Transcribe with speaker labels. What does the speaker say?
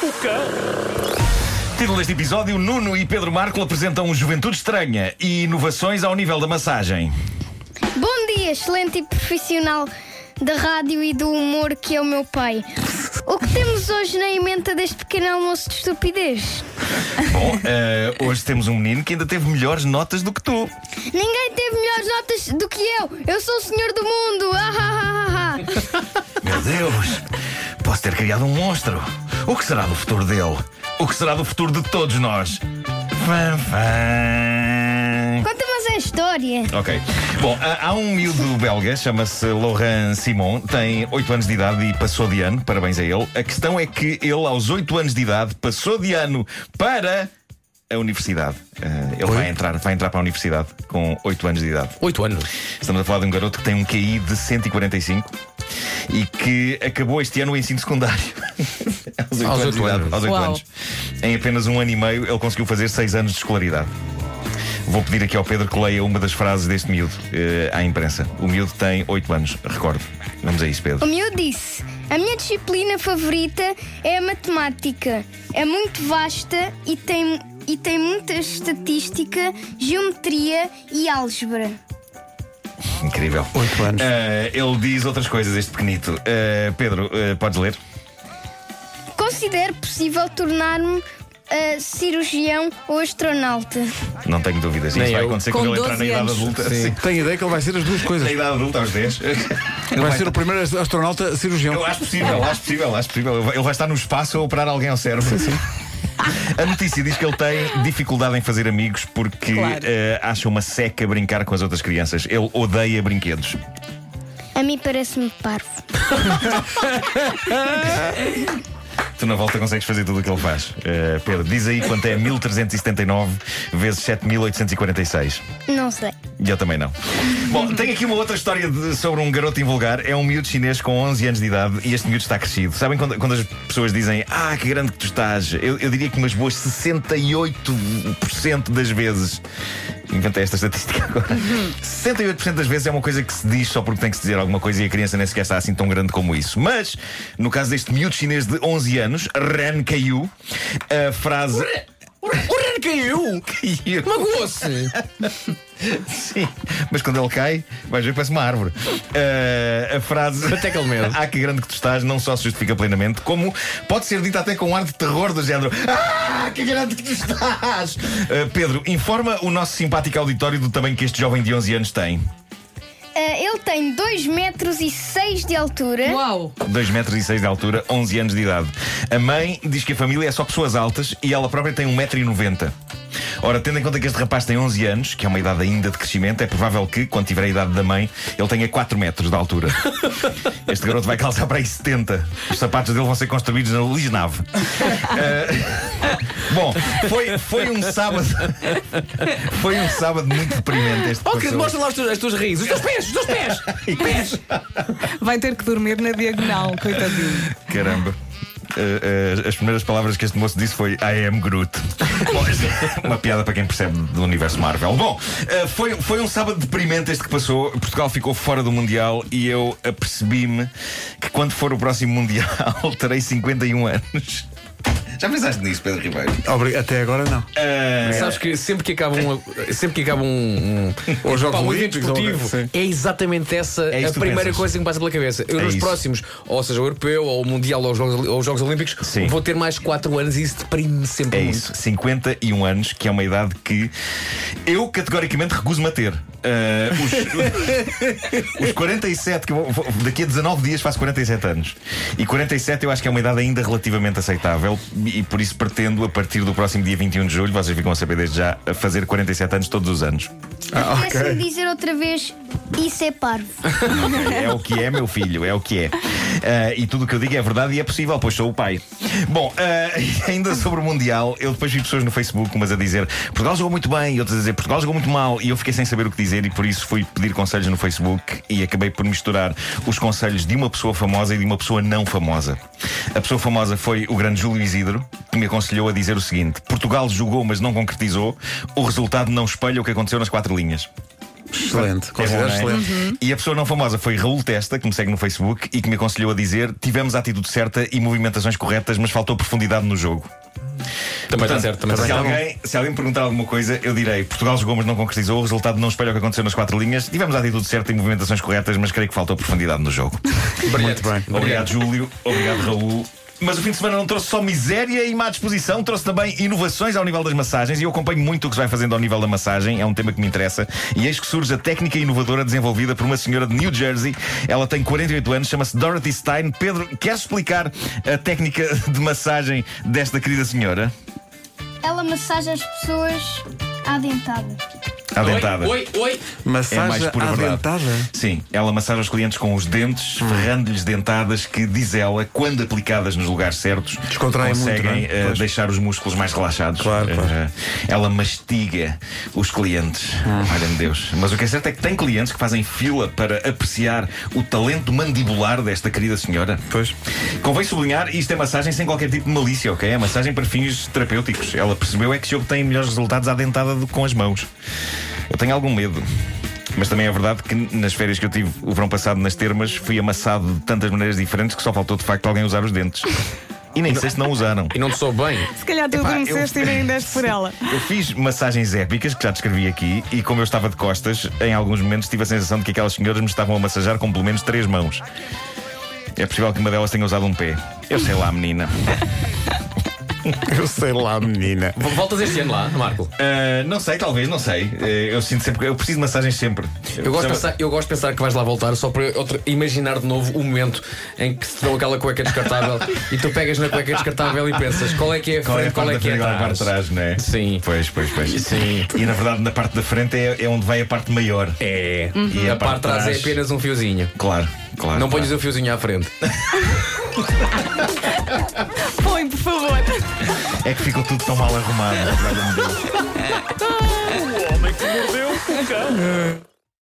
Speaker 1: boca.
Speaker 2: Título deste episódio: Nuno e Pedro Marco apresentam Juventude Estranha e inovações ao nível da massagem.
Speaker 3: Bom dia, excelente e profissional da rádio e do humor que é o meu pai. O que temos hoje na emenda deste pequeno almoço de estupidez?
Speaker 2: Bom, eh, hoje temos um menino que ainda teve melhores notas do que tu.
Speaker 3: Ninguém teve melhores notas do que eu. Eu sou o senhor do mundo. Ah, ah, ah, ah, ah.
Speaker 2: Meu Deus, posso ter criado um monstro. O que será do futuro dele? O que será do futuro de todos nós? Fã, fã.
Speaker 3: Conta-nos a história.
Speaker 2: Ok. Bom, há, há um miúdo belga, chama-se Laurent Simon, tem 8 anos de idade e passou de ano, parabéns a ele. A questão é que ele, aos 8 anos de idade, passou de ano para a universidade. Ah, ele vai entrar, vai entrar para a universidade com 8 anos de idade.
Speaker 1: Oito anos.
Speaker 2: Estamos a falar de um garoto que tem um QI de 145 e que acabou este ano o ensino secundário. aos 8 anos.
Speaker 1: Aos
Speaker 2: de
Speaker 1: oito
Speaker 2: idade,
Speaker 1: anos.
Speaker 2: Aos oito
Speaker 4: Uau.
Speaker 2: anos. Em apenas um ano e meio, ele conseguiu fazer 6 anos de escolaridade. Vou pedir aqui ao Pedro que leia uma das frases deste miúdo eh, à imprensa. O miúdo tem 8 anos, recordo. Vamos a isso,
Speaker 3: O
Speaker 2: Pedro.
Speaker 3: meu disse: A minha disciplina favorita é a matemática. É muito vasta e tem, e tem muita estatística, geometria e álgebra.
Speaker 2: Incrível. 8 anos. ele diz outras coisas, este pequenito. Eh, Pedro, eh, podes ler?
Speaker 3: Considero possível tornar-me ah, cirurgião ou astronauta.
Speaker 2: Não tenho dúvidas. Isso
Speaker 1: Nem
Speaker 2: vai
Speaker 1: eu.
Speaker 2: acontecer
Speaker 4: Com
Speaker 2: quando ele entrar
Speaker 4: 12
Speaker 2: na idade
Speaker 4: anos.
Speaker 2: adulta.
Speaker 5: Sim.
Speaker 2: Sim.
Speaker 5: Tem ideia que ele vai ser as duas coisas.
Speaker 2: Na idade adulta, aos 10. Ele
Speaker 5: Vai
Speaker 2: estar-
Speaker 5: ser o primeiro astronauta cirurgião.
Speaker 2: Eu acho possível, acho possível, acho possível. Ele vai- Ele vai estar no espaço a operar alguém ao cérebro. A notícia diz que ele tem dificuldade em fazer amigos porque
Speaker 4: Claro.
Speaker 2: eh, acha uma seca brincar com as outras crianças. Ele odeia brinquedos.
Speaker 3: A mim parece-me parvo.
Speaker 2: Tu na volta consegues fazer tudo o que ele faz. Eh, Pedro, diz aí quanto é 1379 vezes 7846.
Speaker 3: Não sei.
Speaker 2: E Eu também não. Bom, tenho aqui uma outra história de- sobre um garoto invulgar. É um miúdo chinês com 11 anos de idade e este miúdo está crescido. Sabem quando, quando as pessoas dizem Ah, que grande que tu estás? Eu, eu diria que umas boas 68% das vezes. Inventei esta estatística agora. 68% das vezes é uma coisa que se diz só porque tem que se dizer alguma coisa e a criança nem sequer está assim tão grande como isso. Mas, no caso deste miúdo chinês de 11 anos, Ren caiu, a frase.
Speaker 1: O Ren caiu!
Speaker 2: caiu.
Speaker 1: Magoou-se!
Speaker 2: Sim, mas quando ele cai, vais ver que parece uma árvore. Ah, a frase.
Speaker 1: Até aquele medo.
Speaker 2: Ah, que grande que tu estás, não só se justifica plenamente, como pode ser dita até com um ar de terror do género. Ah, que grande que tu estás! Ah, Pedro, informa o nosso simpático auditório do tamanho que este jovem de 11 anos tem.
Speaker 3: Ah, ele tem 2 metros e 6 de altura.
Speaker 4: Uau!
Speaker 2: 2 metros e 6 de altura, 11 anos de idade. A mãe diz que a família é só pessoas altas e ela própria tem 1,90m. Ora, tendo em conta que este rapaz tem 11 anos, que é uma idade ainda de crescimento, é provável que, quando tiver a idade da mãe, ele tenha 4 metros de altura. Este garoto vai calçar para aí 70. Os sapatos dele vão ser construídos na Lisnave. Ah, bom, foi, foi um sábado. Foi um sábado muito deprimente este que
Speaker 1: Oh, querido,
Speaker 2: passou.
Speaker 1: mostra lá os teus, as tuas raízes. Os teus pés! Os teus pés! Pés!
Speaker 4: Vai ter que dormir na diagonal, coitadinho.
Speaker 2: Caramba. Eh, eh, as primeiras palavras que este moço disse foi I am Groot. Bom, isto é Uma piada para quem percebe do universo Marvel. Bom, eh, foi, foi um sábado deprimente este que passou. Portugal ficou fora do Mundial e eu apercebi-me que quando for o próximo Mundial terei 51 anos. Já pensaste nisso, Pedro Ribeiro?
Speaker 5: Obri- Até agora não.
Speaker 2: Eh,
Speaker 1: Sabes que sempre que acaba um. Sempre que acaba um. um
Speaker 5: Ou jogos
Speaker 1: pá, um evento
Speaker 5: olímpicos,
Speaker 1: esportivo,
Speaker 5: ou- sim.
Speaker 1: é exatamente essa
Speaker 2: É isso
Speaker 1: a
Speaker 2: que tu
Speaker 1: primeira
Speaker 2: pensas.
Speaker 1: coisa que me passa pela cabeça. Eu
Speaker 2: É
Speaker 1: nos
Speaker 2: isso.
Speaker 1: próximos, ou seja, o europeu, ou o mundial, ou os Jogos, Oli- ou os Jogos Olímpicos,
Speaker 2: Sim.
Speaker 1: vou ter mais 4 anos e isso deprime-me sempre
Speaker 2: É
Speaker 1: muito.
Speaker 2: isso, 51 anos, que é uma idade que eu categoricamente recuso-me a ter. Ah, os, os 47, que eu vou- vou- daqui a 19 dias faço 47 anos. E 47 eu acho que é uma idade ainda relativamente aceitável e por isso pretendo, a partir do próximo dia 21 de julho, vocês ficam a saber desde já, a fazer 47 anos todos os anos.
Speaker 5: Ah, ok.
Speaker 3: Esquece-me de dizer outra vez: Isso é parvo.
Speaker 2: É o que é, meu filho, é o que é. Ah, e tudo o que eu digo é verdade e é possível, pois sou o pai. Bom, ah, ainda sobre o Mundial, eu depois vi pessoas no Facebook, umas a dizer Portugal jogou muito bem, e outras a dizer Portugal jogou muito mal, e eu fiquei sem saber o que dizer e por isso fui pedir conselhos no Facebook e acabei por misturar os conselhos de uma pessoa famosa e de uma pessoa não famosa. A pessoa famosa foi o grande Júlio Isidro, que me aconselhou a dizer o seguinte: Portugal jogou, mas não concretizou, o resultado não espelha o que aconteceu nas quatro linhas.
Speaker 5: Excelente,
Speaker 2: É bom,
Speaker 5: considero
Speaker 2: não é?
Speaker 5: excelente.
Speaker 2: E a pessoa não famosa foi Raul Testa, que me segue no Facebook e que me aconselhou a dizer: tivemos a atitude certa e movimentações corretas, mas faltou profundidade no jogo.
Speaker 1: Também está certo, também está
Speaker 2: se,
Speaker 1: certo.
Speaker 2: alguém, se alguém me perguntar alguma coisa, eu direi: Portugal jogou, mas não concretizou. O resultado não espelha o que aconteceu nas quatro linhas. Tivemos a atitude certa e movimentações corretas, mas creio que faltou profundidade no jogo.
Speaker 1: Brilhante.
Speaker 5: Muito bem.
Speaker 2: Obrigado, Júlio. Obrigado, Raul. Mas o fim de semana não trouxe só miséria e má disposição, trouxe também inovações ao nível das massagens e eu acompanho muito o que se vai fazendo ao nível da massagem, é um tema que me interessa. E eis que surge a técnica inovadora desenvolvida por uma senhora de New Jersey. Ela tem 48 anos, chama-se Dorothy Stein. Pedro, queres explicar a técnica de massagem desta querida senhora?
Speaker 3: Ela massage as pessoas à dentada.
Speaker 2: À dentada.
Speaker 1: Oi, oi, oi.
Speaker 2: É mais
Speaker 5: Massagem
Speaker 2: pura
Speaker 5: à
Speaker 2: verdade.
Speaker 5: dentada. Hum.
Speaker 2: Sim, ela massage os clientes com os dentes, ferrando-lhes dentadas que, diz ela, quando aplicadas nos lugares certos,
Speaker 5: Descontrai muito,
Speaker 2: conseguem
Speaker 5: não é?
Speaker 2: eh,
Speaker 5: Pois.
Speaker 2: deixar os músculos mais relaxados.
Speaker 5: Claro, claro.
Speaker 2: Eh, ela mastiga os clientes.
Speaker 5: Ah.
Speaker 2: Olha-me Deus. Mas o que é certo é que tem clientes que fazem fila para apreciar o talento mandibular desta querida senhora.
Speaker 5: Pois.
Speaker 2: Convém sublinhar, isto é massagem sem qualquer tipo de malícia, ok? É massagem para fins terapêuticos. Ela percebeu é que se obtém melhores resultados à dentada do que com as mãos. Eu tenho algum medo. Mas também é verdade que nas férias que eu tive o verão passado nas termas, fui amassado de tantas maneiras diferentes que só faltou de facto alguém usar os dentes. E nem sei se não usaram.
Speaker 1: E não te sou bem.
Speaker 4: Se calhar tu
Speaker 2: Epá,
Speaker 4: adormeceste
Speaker 2: eu-
Speaker 4: e nem deste por ela.
Speaker 2: Eu fiz massagens épicas, que já descrevi aqui, e como eu estava de costas, em alguns momentos tive a sensação de que aquelas senhoras me estavam a massajar com pelo menos três mãos. É possível que uma delas tenha usado um pé. Eu sei lá, menina.
Speaker 5: Eu sei lá, menina.
Speaker 1: Voltas este ano lá, Marco.
Speaker 2: Ah, não sei, talvez, não sei. Ah, eu sinto sempre que eu preciso de massagens sempre.
Speaker 1: Eu gosto, de
Speaker 2: Sabe-
Speaker 1: pensar, eu gosto de pensar que vais lá voltar só para outra- imaginar de novo o momento em que te dão aquela cueca descartável e tu pegas na cueca descartável e pensas qual é que é a
Speaker 2: Qual é a
Speaker 1: frente, qual é
Speaker 2: parte
Speaker 1: que é
Speaker 2: da frente, qual é a
Speaker 1: a
Speaker 2: parte de
Speaker 1: trás.
Speaker 2: trás, não é?
Speaker 1: Sim.
Speaker 2: Pois, pois, pois.
Speaker 1: Sim.
Speaker 2: E na verdade, na parte da frente é, é onde vai a parte maior.
Speaker 1: É.
Speaker 2: E
Speaker 1: A parte de trás é apenas um fiozinho.
Speaker 2: Claro, claro.
Speaker 1: Não
Speaker 2: claro.
Speaker 1: ponhas o fiozinho à frente.
Speaker 4: Põe, por favor.
Speaker 2: É que ficou tudo tão mal arrumado.